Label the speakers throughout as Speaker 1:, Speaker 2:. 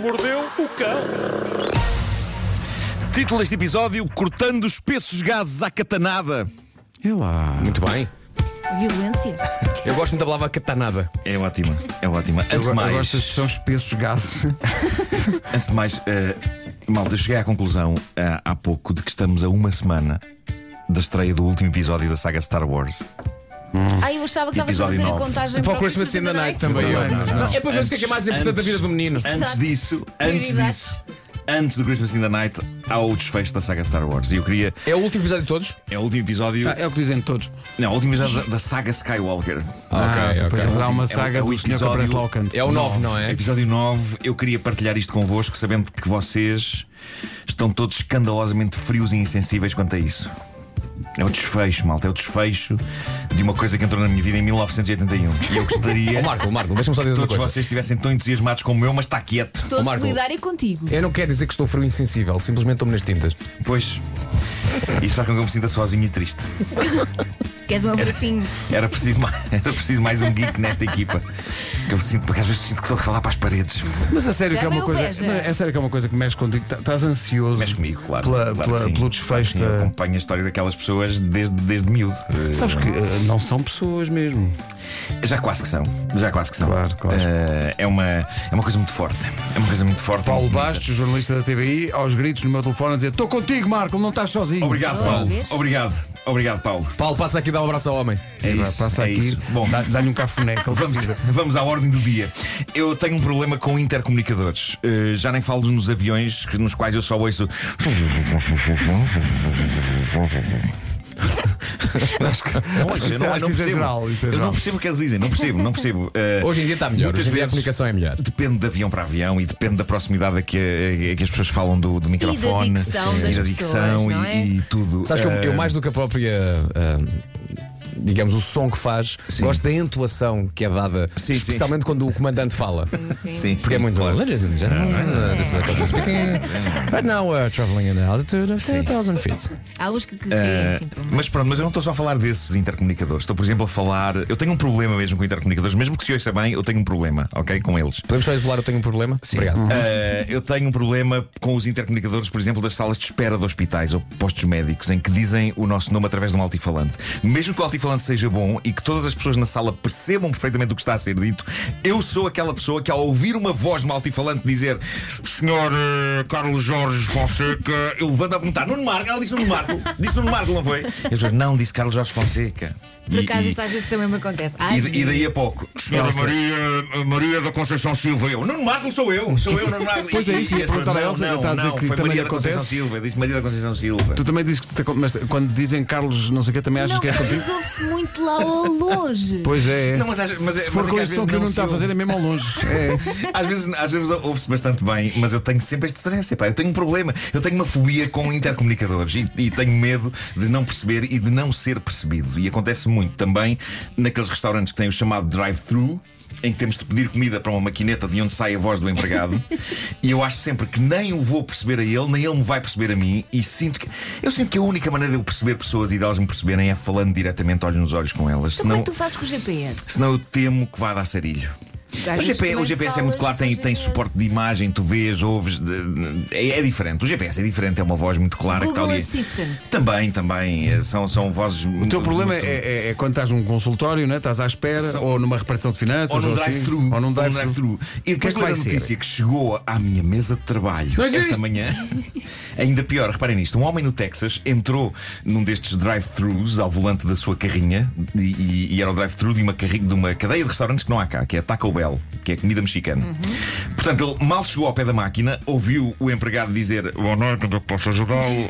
Speaker 1: mordeu o cão.
Speaker 2: Título deste episódio: Cortando espessos gases à catanada.
Speaker 3: É lá.
Speaker 4: Muito bem.
Speaker 5: Violência.
Speaker 4: Eu gosto muito da palavra catanada.
Speaker 2: É ótima, é ótima.
Speaker 3: Eu,
Speaker 2: Antes de
Speaker 3: go- eu
Speaker 2: mais,
Speaker 3: gosto da expressão espessos gases.
Speaker 2: antes de mais eh, malta, eu cheguei à conclusão eh, há pouco de que estamos a uma semana da estreia do último episódio da saga Star Wars.
Speaker 5: Ai, Ah, eu achava que estavas a
Speaker 2: Episódio
Speaker 5: fazer a
Speaker 2: nove.
Speaker 5: contagem
Speaker 4: Para o Christmas in the Night também. eu. Não, É para ver o que é que é mais importante da vida do menino.
Speaker 2: Antes
Speaker 5: Exato.
Speaker 2: disso, antes
Speaker 5: Prioridades.
Speaker 2: disso, antes do Christmas in the Night, há o desfecho da saga Star Wars. E eu queria.
Speaker 4: É o último episódio de todos?
Speaker 2: É o último episódio.
Speaker 3: é o que dizem todos.
Speaker 2: Não, o último episódio da, da saga Skywalker.
Speaker 3: Ah, depois há uma
Speaker 2: É o-
Speaker 3: saga
Speaker 2: é o
Speaker 3: do senhor que
Speaker 2: episódio-
Speaker 3: aparece lá ao canto.
Speaker 4: É o 9, não é?
Speaker 2: Episódio 9, eu queria partilhar isto convosco, sabendo que vocês estão todos escandalosamente frios e insensíveis quanto a isso. É o desfecho, malta, é o desfecho de uma coisa que entrou na minha vida em 1981. E eu gostaria
Speaker 4: Ó
Speaker 2: que
Speaker 4: Marco, Marco, deixa-me só dizer uma
Speaker 2: todos
Speaker 4: coisa.
Speaker 2: vocês estivessem tão entusiasmados como eu, mas está quieto.
Speaker 5: Estou
Speaker 4: Ó, Marco.
Speaker 5: solidária contigo.
Speaker 4: Eu não quero dizer que estou frio e insensível, simplesmente estou-me nas tintas.
Speaker 2: Pois, isso faz com que eu me sinta sozinho e triste.
Speaker 5: Queres um abracinho?
Speaker 2: Era preciso mais, era preciso mais um geek nesta equipa. Que eu sinto, porque às vezes sinto que estou a falar para as paredes.
Speaker 3: Mas a sério
Speaker 5: Já
Speaker 3: que é
Speaker 5: dei
Speaker 3: uma
Speaker 5: o
Speaker 3: coisa.
Speaker 5: beija.
Speaker 3: não, É sério que é uma coisa que mexe contigo. Tá- Estás ansioso.
Speaker 2: Mexe comigo, claro.
Speaker 3: Pela-
Speaker 2: claro que
Speaker 3: pela-
Speaker 2: sim.
Speaker 3: pelo desfecho
Speaker 2: Claro que sim,
Speaker 3: da-
Speaker 2: Eu acompanho a história daquelas pessoas desde, desde miúdo. Eh,
Speaker 3: Sabes que eh, não são pessoas mesmo.
Speaker 2: Já quase que são. Já quase que são.
Speaker 3: Claro, claro.
Speaker 2: Eh, é, uma, é uma coisa muito forte. É uma coisa muito forte.
Speaker 3: Paulo
Speaker 2: Muito-
Speaker 3: Bastos, jornalista da TVI, aos gritos no meu telefone a dizer: Estou contigo, Marco, não estás sozinho.
Speaker 2: Obrigado,
Speaker 5: Boa
Speaker 2: Paulo.
Speaker 5: vez.
Speaker 2: Obrigado. Obrigado, Paulo.
Speaker 4: Paulo, passa aqui e dá um abraço ao homem.
Speaker 2: É
Speaker 3: Agora
Speaker 2: isso.
Speaker 3: passa
Speaker 2: é
Speaker 3: aqui,
Speaker 2: isso. Bom,
Speaker 3: dá- dá-lhe um cafuné que ele
Speaker 2: Vamos,
Speaker 3: precisa.
Speaker 2: vamos à ordem do dia. Eu tenho um problema com intercomunicadores. Eh, já nem falo nos aviões que- nos quais eu só ouço. Não, acho
Speaker 3: Acho que
Speaker 2: que-
Speaker 3: isso-
Speaker 2: não,
Speaker 3: acho
Speaker 2: não
Speaker 3: que isso é
Speaker 2: percebo.
Speaker 3: geral, isso é
Speaker 2: Eu
Speaker 3: geral.
Speaker 2: não percebo o que eles dizem, não percebo, não percebo. Eh,
Speaker 4: Hoje em dia está melhor,
Speaker 2: muitas
Speaker 4: hoje em dia a
Speaker 2: vezes-
Speaker 4: comunicação é melhor.
Speaker 2: Depende de avião para avião e depende da proximidade a que, a- a que as pessoas falam do, do microfone
Speaker 5: dicção
Speaker 2: e
Speaker 5: das
Speaker 2: da dicção
Speaker 5: pessoas,
Speaker 2: e,
Speaker 5: não é?
Speaker 2: e tudo.
Speaker 4: Sabes que eu,
Speaker 2: Eh,
Speaker 4: eu mais do que a própria. ah, digamos, o som que faz, gosto da entoação que é dada,
Speaker 2: Sim, sim.
Speaker 4: especialmente quando o comandante fala.
Speaker 2: Sim, Ah, é?
Speaker 4: Porque é muito.
Speaker 2: claro.
Speaker 4: Ladies and gentlemen, uh, this is a couple speaking.
Speaker 2: Ah,
Speaker 4: Right now we're traveling at an altitude of 10,000 feet.
Speaker 5: Há uns que, que riem,
Speaker 2: Eh,
Speaker 5: sim, pelo menos.
Speaker 2: mas pronto, mas eu não estou só a falar desses intercomunicadores. Estou, por exemplo, a falar. Eu tenho um problema mesmo com intercomunicadores, mesmo que se ouça bem, eu tenho um problema, ok? Com eles.
Speaker 4: Podemos só isolar, eu tenho um problema? Obrigado.
Speaker 2: Eh, eu tenho um problema com os intercomunicadores, por exemplo, das salas de espera de hospitais ou postos médicos, em que dizem o nosso nome através de um altifalante. Mesmo que o altifalante seja bom e que todas as pessoas na sala percebam perfeitamente o que está a ser dito, eu sou aquela pessoa que, ao ouvir uma voz no altifalante dizer Senhor eh, Carlos Jorge Fonseca, eu levanto a perguntar Nuno Marco, ela disse Nuno Marco, disse Nuno Marco, não foi? E as pessoas, não, disse Carlos Jorge Fonseca.
Speaker 5: Por
Speaker 2: E-
Speaker 5: acaso,
Speaker 2: e-
Speaker 5: isso às vezes também me acontece. Ai,
Speaker 2: e, e daí a pouco, Senhora
Speaker 4: Elsa.
Speaker 2: Maria, Maria da Conceição Silva, eu. Nuno Marco sou eu, sou eu, Nuno Marco.
Speaker 3: Pois
Speaker 2: E-
Speaker 3: é, isso,
Speaker 2: e
Speaker 3: ia
Speaker 2: as pessoas,
Speaker 3: perguntar à
Speaker 2: não,
Speaker 3: Elsa,
Speaker 2: não,
Speaker 3: está a dizer
Speaker 2: não,
Speaker 3: que
Speaker 2: foi
Speaker 3: também
Speaker 2: Maria da
Speaker 3: acontece.
Speaker 2: Conceição Silva, disse Maria da Conceição Silva.
Speaker 3: Tu também dizes que te acon- mas quando dizem Carlos, não sei o que, também achas
Speaker 5: Não,
Speaker 3: que é
Speaker 5: mas
Speaker 3: contigo?
Speaker 5: ouve-se muito lá ao longe.
Speaker 3: Pois é.
Speaker 2: mas, às- mas, é-
Speaker 3: Se
Speaker 2: mas
Speaker 3: for
Speaker 2: é
Speaker 3: com
Speaker 2: que
Speaker 3: este som que o Nuno
Speaker 2: se
Speaker 3: está a
Speaker 2: ouve.
Speaker 3: fazer, é mesmo ao longe. É.
Speaker 2: Às vezes, às vezes ouve-se bastante bem, mas eu tenho sempre este stress. Epá, eu tenho um problema. Eu tenho uma fobia com intercomunicadores e, e tenho medo de não perceber e de não ser percebido. E acontece muito também naqueles restaurantes que têm o chamado drive-thru. Em que temos de pedir comida para uma maquineta de onde sai a voz do empregado, e eu acho sempre que nem o vou perceber a ele, nem ele me vai perceber a mim, e sinto que eu sinto que a única maneira de eu perceber pessoas e de elas me perceberem é falando diretamente olhos nos olhos com elas.
Speaker 5: Então, como é
Speaker 2: Senão,
Speaker 5: que tu fazes com o GPS?
Speaker 2: senão eu temo que vá dar sarilho.
Speaker 5: Às
Speaker 2: O,
Speaker 5: vezes
Speaker 2: GP, o
Speaker 5: também
Speaker 2: GPS é
Speaker 5: falas
Speaker 2: muito claro,
Speaker 5: com
Speaker 2: tem,
Speaker 5: o
Speaker 2: tem
Speaker 5: GPS.
Speaker 2: suporte de imagem, tu vês, ouves, de- é, é diferente. O GPS é diferente, é uma voz muito clara
Speaker 5: Google
Speaker 2: que está ali.
Speaker 5: Assistant.
Speaker 2: Também, também, eh, são, são vozes.
Speaker 3: O teu problema é, é- é quando estás num consultório, né? estás à espera,
Speaker 2: São-
Speaker 3: ou numa repartição de finanças,
Speaker 2: Ou num
Speaker 3: assim,
Speaker 2: drive-thru.
Speaker 3: ou num drive-thru.
Speaker 2: drive-thru. e
Speaker 3: O que é
Speaker 2: depois
Speaker 3: que
Speaker 2: da
Speaker 3: vai
Speaker 2: notícia
Speaker 3: ser?
Speaker 2: que chegou à minha mesa de trabalho
Speaker 4: Não
Speaker 2: esta
Speaker 4: existe.
Speaker 2: manhã. Ainda pior, reparem nisto: um homem no Texas entrou num destes drive-thrus ao volante da sua carrinha e, e- e era o drive-thru de uma, carri- de uma cadeia de restaurantes que não há cá, que é a Taco Bell, que é comida mexicana. Portanto, ele mal chegou ao pé da máquina, ouviu o empregado dizer Boa noite, onde é que posso ajudá-lo?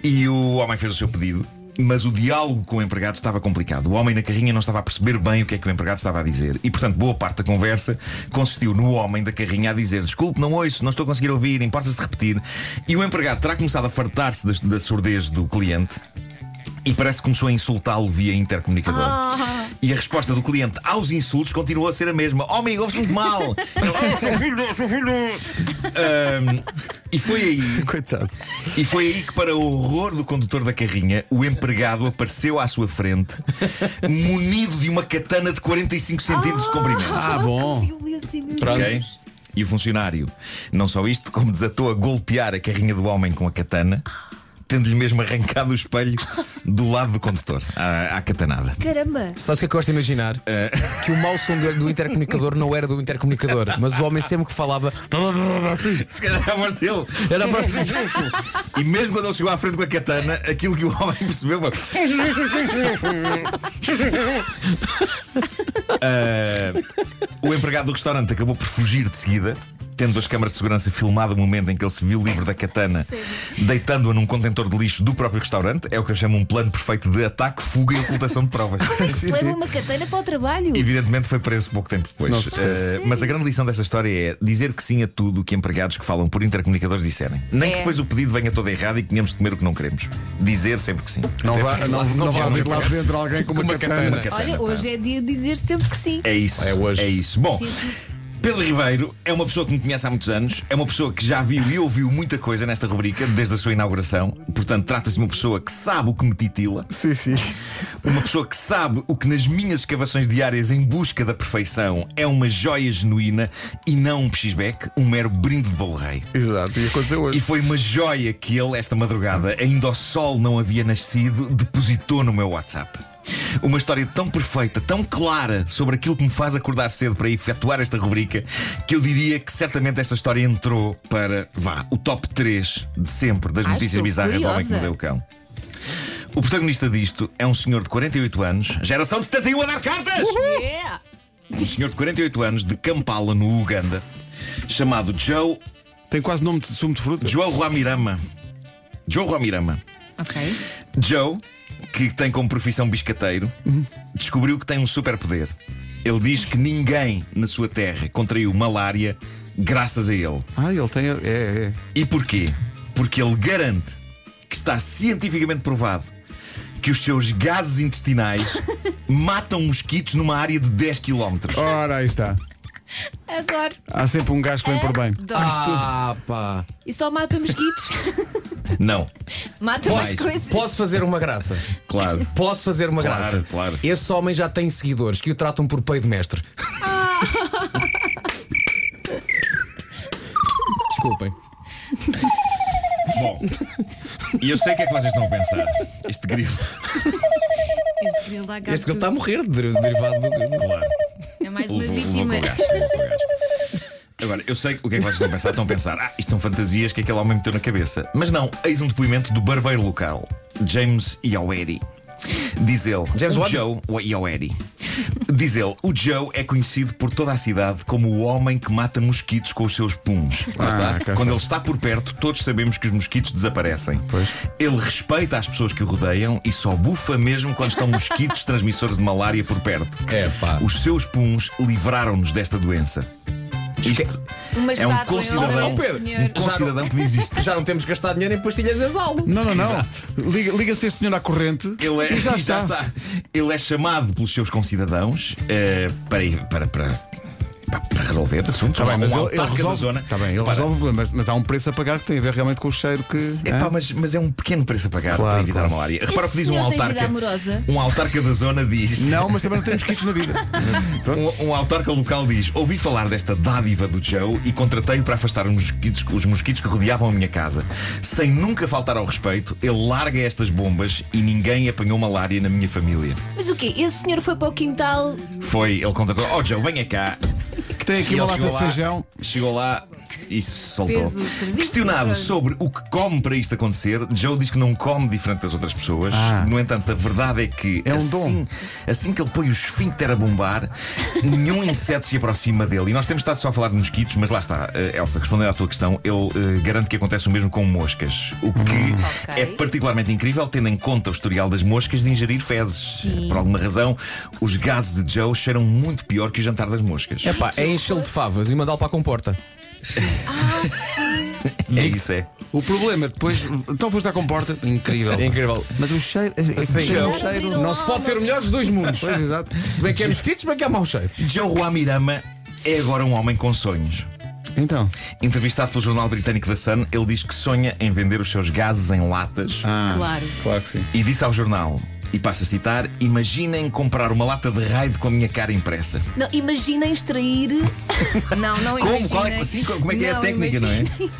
Speaker 2: e o homem fez o seu pedido. Mas o diálogo com o empregado estava complicado. O homem na carrinha não estava a perceber bem o que é que o empregado estava a dizer. E, portanto, boa parte da conversa consistiu no homem da carrinha a dizer: Desculpe, não ouço, não estou a conseguir ouvir, importa-se de repetir. E o empregado terá começado a fartar-se da, da surdez do cliente. E parece que começou a insultá-lo via intercomunicador.
Speaker 3: Ah.
Speaker 2: E a resposta do cliente aos insultos continuou a ser a mesma: Homem, ouves muito mal! Ele, "Ah, seu filho, seu filho! Ahm, e foi aí
Speaker 3: Coitado.
Speaker 2: e foi aí que, para o horror do condutor da carrinha, o empregado apareceu à sua frente, munido de uma katana de 45 centímetros de comprimento.
Speaker 3: Ah, bom.
Speaker 5: Oh, Violência, meu
Speaker 4: Pronto.
Speaker 2: ok? E o funcionário, não só isto, como desatou a golpear a carrinha do homem com a katana, tendo-lhe mesmo arrancado o espelho do lado do condutor, à, à catanada.
Speaker 5: Caramba!
Speaker 4: Sabes o que é que eu gosto de imaginar?
Speaker 2: Ah.
Speaker 4: Que o mau som do, do intercomunicador não era do intercomunicador, mas o homem sempre que falava
Speaker 2: Se calhar é um a voz dele
Speaker 4: era para.
Speaker 2: E mesmo quando ele chegou à frente com a katana, aquilo que o homem percebeu foi. Ah, o empregado do restaurante acabou por fugir de seguida. Tendo as câmaras de segurança filmado o momento em que ele se viu livre da katana,
Speaker 5: Sério?
Speaker 2: deitando-a num contentor de lixo do próprio restaurante, é o que eu chamo um plano perfeito de ataque, fuga e ocultação de provas.
Speaker 5: Se leva uma catena para o trabalho.
Speaker 2: Evidentemente foi preso pouco tempo depois.
Speaker 4: Hum. Não se percebe.
Speaker 2: Eh, mas a grande lição desta história é dizer que sim a tudo o que empregados que falam por intercomunicadores disserem. Nem
Speaker 5: É.
Speaker 2: que depois o pedido venha todo errado e que tenhamos de comer o que não queremos. Dizer sempre que sim.
Speaker 3: Não vá, não,
Speaker 4: não
Speaker 3: não
Speaker 4: vá
Speaker 3: vá
Speaker 4: abrir
Speaker 3: haver lá
Speaker 4: parece.
Speaker 3: dentro alguém com uma,
Speaker 4: Com uma
Speaker 3: katana.
Speaker 2: katana.
Speaker 5: Olha,
Speaker 2: pá.
Speaker 5: hoje é dia de dizer sempre que sim.
Speaker 2: É isso.
Speaker 4: É hoje.
Speaker 2: isso. Bom,
Speaker 5: Sim, sim.
Speaker 2: Pedro Ribeiro é uma pessoa que me conhece há muitos anos, é uma pessoa que já viu e ouviu muita coisa nesta rubrica desde a sua inauguração. Portanto, trata-se de uma pessoa que sabe o que me titila.
Speaker 3: Sim, sim.
Speaker 2: Uma pessoa que sabe o que nas minhas escavações diárias em busca da perfeição é uma joia genuína e não um pechisbeck, um mero brinde de bolo rei.
Speaker 3: Exato, e aconteceu
Speaker 2: E
Speaker 3: hoje.
Speaker 2: foi uma joia que ele, esta madrugada, ainda o sol não havia nascido, depositou no meu WhatsApp. Uma história tão perfeita, tão clara sobre aquilo que me faz acordar cedo para efetuar esta rubrica, que eu diria que certamente esta história entrou para, vá, o top 3 de sempre das
Speaker 5: Ai,
Speaker 2: notícias
Speaker 5: estou
Speaker 2: bizarras do homem que
Speaker 5: curiosa.
Speaker 2: mordeu o cão. O protagonista disto é um senhor de 48 anos, geração de 71 a dar cartas!
Speaker 5: Yeah.
Speaker 2: Um senhor de 48 anos de Kampala, no Uganda, chamado Joe
Speaker 3: Tem quase nome de sumo de fruta.
Speaker 2: João Ramirama. João Ramirama.
Speaker 5: Ok.
Speaker 2: Joe, que tem como profissão biscateiro, descobriu que tem um superpoder. Ele diz que ninguém na sua terra contraiu malária graças a ele.
Speaker 3: Ah, ele tem. É, é.
Speaker 2: E porquê? Porque ele garante que está cientificamente provado que os seus gases intestinais matam mosquitos numa área de 10 km.
Speaker 3: Ora, aí está.
Speaker 5: Adoro.
Speaker 3: Há sempre um gajo que vem por bem.
Speaker 5: Adoro.
Speaker 4: Ah, pá.
Speaker 5: E só mata mosquitos.
Speaker 2: Não,
Speaker 5: mata
Speaker 4: Posso,
Speaker 5: mais coisas.
Speaker 4: posso fazer uma graça?
Speaker 2: claro.
Speaker 4: Posso fazer uma
Speaker 2: Claro,
Speaker 4: graça?
Speaker 2: claro.
Speaker 4: Esse homem já tem seguidores que o tratam por peio de mestre.
Speaker 2: Ah.
Speaker 4: Desculpem.
Speaker 2: Bom, e eu sei o que é que vocês estão a pensar. Este grifo,
Speaker 5: Este grilo dá gasto.
Speaker 4: Este
Speaker 2: Tá
Speaker 4: que ele está a morrer, der- derivado do.
Speaker 2: claro.
Speaker 5: É mais uma
Speaker 2: Levou- levou
Speaker 5: vítima.
Speaker 2: com o gajo, levou com o gajo. Agora, eu sei o que é que vocês estão a pensar. Estão a pensar, ah, isto são fantasias que aquele homem meteu na cabeça. Mas não, eis um depoimento do barbeiro local, James Ioweri. Diz ele,
Speaker 4: James
Speaker 2: o
Speaker 4: what?
Speaker 2: Joe o Ioweri. Diz ele, o Joe é conhecido por toda a cidade como o homem que mata mosquitos com os seus puns. Lá
Speaker 3: Ah,
Speaker 2: está.
Speaker 3: cá está.
Speaker 2: Quando ele está por perto, todos sabemos que os mosquitos desaparecem.
Speaker 3: Pois.
Speaker 2: Ele respeita as pessoas que o rodeiam e só bufa mesmo quando estão mosquitos transmissores de malária por perto.
Speaker 4: É pá.
Speaker 2: Os seus puns livraram-nos desta doença. Isto
Speaker 5: Uma
Speaker 2: é um
Speaker 5: estátua
Speaker 2: concidadão,
Speaker 5: enorme,
Speaker 4: Pedro.
Speaker 5: senhor.
Speaker 2: um concidadão que diz isto.
Speaker 4: Já não temos gastado dinheiro em pastilhas exalo.
Speaker 3: Não, não, não. Liga- Liga-se este senhor à corrente.
Speaker 2: Ele é,
Speaker 3: E já
Speaker 2: e
Speaker 3: está.
Speaker 2: Ele é chamado pelos seus concidadãos eh, para, ir- para, para, para- para resolver assuntos.
Speaker 3: Tá bem,
Speaker 2: Um
Speaker 3: mas ele- ele,
Speaker 2: autarca da
Speaker 3: resolve.
Speaker 2: zona.
Speaker 3: Tá bem, ele
Speaker 2: Repara,
Speaker 3: resolve o problema, mas, mas há um preço a pagar que tem a ver realmente com o cheiro que.
Speaker 2: Epá,
Speaker 3: Hã?
Speaker 2: mas, mas é um pequeno preço a pagar
Speaker 3: Claro,
Speaker 2: para evitar
Speaker 3: claro.
Speaker 2: a malária. Repara o que diz
Speaker 5: Esse
Speaker 2: um
Speaker 5: senhor tem
Speaker 2: autarca.
Speaker 5: vida amorosa?
Speaker 2: Um autarca da zona diz.
Speaker 3: Não, mas também não tem mosquitos na vida.
Speaker 2: Um, um autarca local diz: Ouvi falar desta dádiva do Joe e contratei-o para afastar os mosquitos, os mosquitos que rodeavam a minha casa. Sem nunca faltar ao respeito, ele larga estas bombas e ninguém apanhou malária na minha família.
Speaker 5: Mas o quê? Esse senhor foi para o quintal.
Speaker 2: Foi, ele contratou: Oh Joe, venha cá.
Speaker 3: Que tem aqui
Speaker 2: E ele
Speaker 3: uma lata
Speaker 2: chegou
Speaker 3: de
Speaker 2: lá-
Speaker 3: feijão.
Speaker 2: Chegou lá e se soltou.
Speaker 5: Fez o serviço.
Speaker 2: Questionado sobre o que come para isto acontecer, Joe diz que não come diferente das outras pessoas.
Speaker 3: Ah.
Speaker 2: No entanto, a verdade é que
Speaker 3: É um
Speaker 2: assim,
Speaker 3: dom.
Speaker 2: assim que ele põe o esfíncter a bombar, nenhum inseto se aproxima dele. E nós temos estado só a falar de mosquitos, mas lá está, eh, Elsa, respondendo à tua questão, eu eh, garanto que acontece o mesmo com moscas. O que
Speaker 3: Uhum.
Speaker 5: Ok.
Speaker 2: é particularmente incrível, tendo em conta o historial das moscas de ingerir fezes.
Speaker 5: Sim.
Speaker 2: Por alguma razão, os gases de Joe cheiram muito pior que o jantar das moscas.
Speaker 4: É pá, é enchê-lo de favas e mandá-lo para a comporta.
Speaker 2: É isso, é.
Speaker 3: O problema depois. Então foste à comporta. Incrível.
Speaker 4: É incrível.
Speaker 3: Mas o cheiro. é- é-
Speaker 4: Sim.
Speaker 3: cheiro-
Speaker 5: Não, abrir o
Speaker 4: Não se pode ter o melhor dos dois mundos.
Speaker 3: Pois exato.
Speaker 4: Se bem que é mosquitos, se bem que é mau cheiro.
Speaker 2: Joe Ramirama é agora um homem com sonhos.
Speaker 3: Então.
Speaker 2: Entrevistado pelo jornal britânico The Sun, ele diz que sonha em vender os seus gases em latas
Speaker 4: Ah.
Speaker 5: Claro.
Speaker 3: Claro que sim.
Speaker 2: e disse ao jornal: e passo a citar: Imaginem comprar uma lata de raid com a minha cara impressa.
Speaker 5: Não, imaginem extrair. Não, não
Speaker 2: Como?
Speaker 5: imaginem.
Speaker 2: Qual é, que- assim, como é que é a
Speaker 5: Não,
Speaker 2: técnica,
Speaker 5: imaginem.
Speaker 2: não é?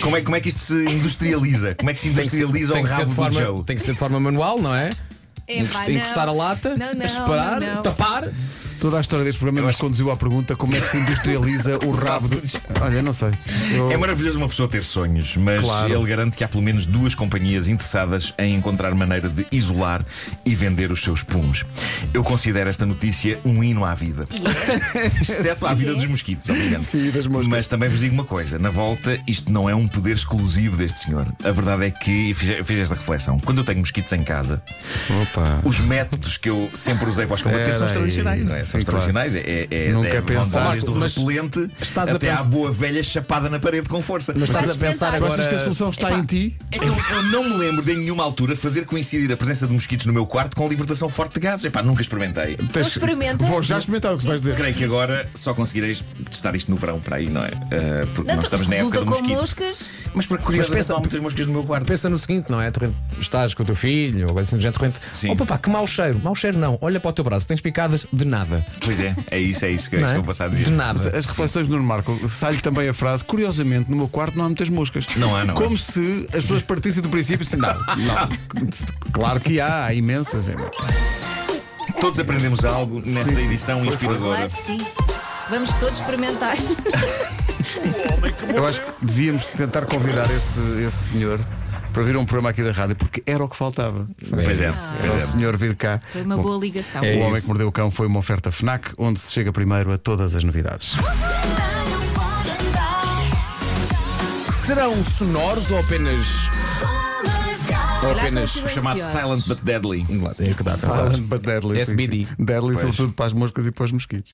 Speaker 2: Como, é? como é que isto se industrializa? Como é que se
Speaker 4: Tem que, ser,
Speaker 2: industrializa
Speaker 4: tem que
Speaker 2: o
Speaker 4: ser
Speaker 2: rabo
Speaker 4: de
Speaker 2: do Joe?
Speaker 4: forma, tem que ser de forma manual, não é?
Speaker 5: É, pá,
Speaker 4: Encost- Encostar
Speaker 5: não.
Speaker 4: a lata,
Speaker 5: Não, não,
Speaker 4: esperar,
Speaker 5: não, não.
Speaker 4: tapar.
Speaker 3: Toda a história deste programa nos conduziu à pergunta como é que se industrializa o rabo do. Olha, não sei. Eu-
Speaker 2: É maravilhoso uma pessoa ter sonhos, mas
Speaker 4: Claro.
Speaker 2: ele garante que há pelo menos duas companhias interessadas em encontrar maneira de isolar e vender os seus pumes. Eu considero esta notícia um hino à vida.
Speaker 5: é.
Speaker 2: Exceto à vida dos mosquitos, obviamente.
Speaker 3: Sim, das moscas.
Speaker 2: Mas também vos digo uma coisa: na volta, isto não é um poder exclusivo deste senhor. A verdade é que eu fiz, eu fiz esta reflexão. Quando eu tenho mosquitos em casa,
Speaker 3: Opa.
Speaker 2: os métodos que eu sempre usei para os combater são os
Speaker 3: Era
Speaker 2: tradicionais,
Speaker 3: aí.
Speaker 2: não é? São os
Speaker 3: Sim, claro.
Speaker 2: tradicionais. É, é,
Speaker 3: Nunca
Speaker 2: é, vão
Speaker 3: pensaste,
Speaker 2: desde o
Speaker 4: mas
Speaker 2: repelente
Speaker 4: estás a
Speaker 2: até à
Speaker 4: pensar-
Speaker 2: boa velha chapada na parede com força.
Speaker 4: Mas é estás
Speaker 5: Vais
Speaker 4: a pensar
Speaker 5: pensar.
Speaker 3: Tu
Speaker 4: agora.
Speaker 3: achas que a solução está em ti?
Speaker 2: Eu, eu não me lembro de em nenhuma altura fazer coincidir a presença de mosquitos no meu quarto com a libertação forte de gases. Epá, nunca experimentei.
Speaker 5: Então experimenta.
Speaker 3: Vou já experimentar o que tu vais dizer.
Speaker 2: Creio que agora só conseguireis testar isto no verão para aí, não é? Ah, porque
Speaker 5: Não,
Speaker 2: nós estamos na época
Speaker 5: resulta
Speaker 2: do
Speaker 5: com
Speaker 2: mosquito.
Speaker 5: moscas.
Speaker 2: Mas para curiosidade,
Speaker 4: pensa-
Speaker 2: há muitas moscas no meu quarto.
Speaker 4: Pensa no seguinte, não é? De repente Estás com o teu filho, ou coisa assim, de gente de repente.
Speaker 2: Sim.
Speaker 4: Oh papá, que mau cheiro, mau cheiro não. Olha para o teu braço, tens picadas de nada.
Speaker 2: Pois é, é isso, é isso que, é?
Speaker 4: não
Speaker 2: isso
Speaker 4: é?
Speaker 2: que eu vou passar a dizer.
Speaker 4: De
Speaker 3: Mas
Speaker 4: nada.
Speaker 3: As reflexões do Nuno Marco sai-lhe também a frase: curiosamente, no meu quarto não há muitas moscas.
Speaker 2: Não há, não há.
Speaker 3: Como se as pessoas partissem do princípio assim, não, não. Claro que há, há imensas. é.
Speaker 2: Todos aprendemos algo nesta edição inspiradora.
Speaker 5: Claro que sim. Vamos todos experimentar.
Speaker 3: Eu acho que devíamos tentar convidar esse, esse senhor para vir a um programa aqui da rádio, porque era o que faltava.
Speaker 2: Pois é,
Speaker 3: Era
Speaker 2: pois
Speaker 3: o
Speaker 2: é.
Speaker 3: senhor vir cá.
Speaker 5: Foi uma boa ligação.
Speaker 3: o Homem
Speaker 4: isso.
Speaker 3: que Mordeu o Cão foi uma oferta FNAC, onde se chega primeiro a todas as novidades.
Speaker 4: Serão sonoros ou apenas. Ou
Speaker 5: calhar
Speaker 4: apenas.
Speaker 5: são
Speaker 2: O chamado Silent But Deadly.
Speaker 4: É isso que dá a pensar.
Speaker 3: Silent but deadly. sim,
Speaker 4: SBD.
Speaker 3: sim. Deadly,
Speaker 2: Pois.
Speaker 3: sobretudo para as moscas e para os mosquitos.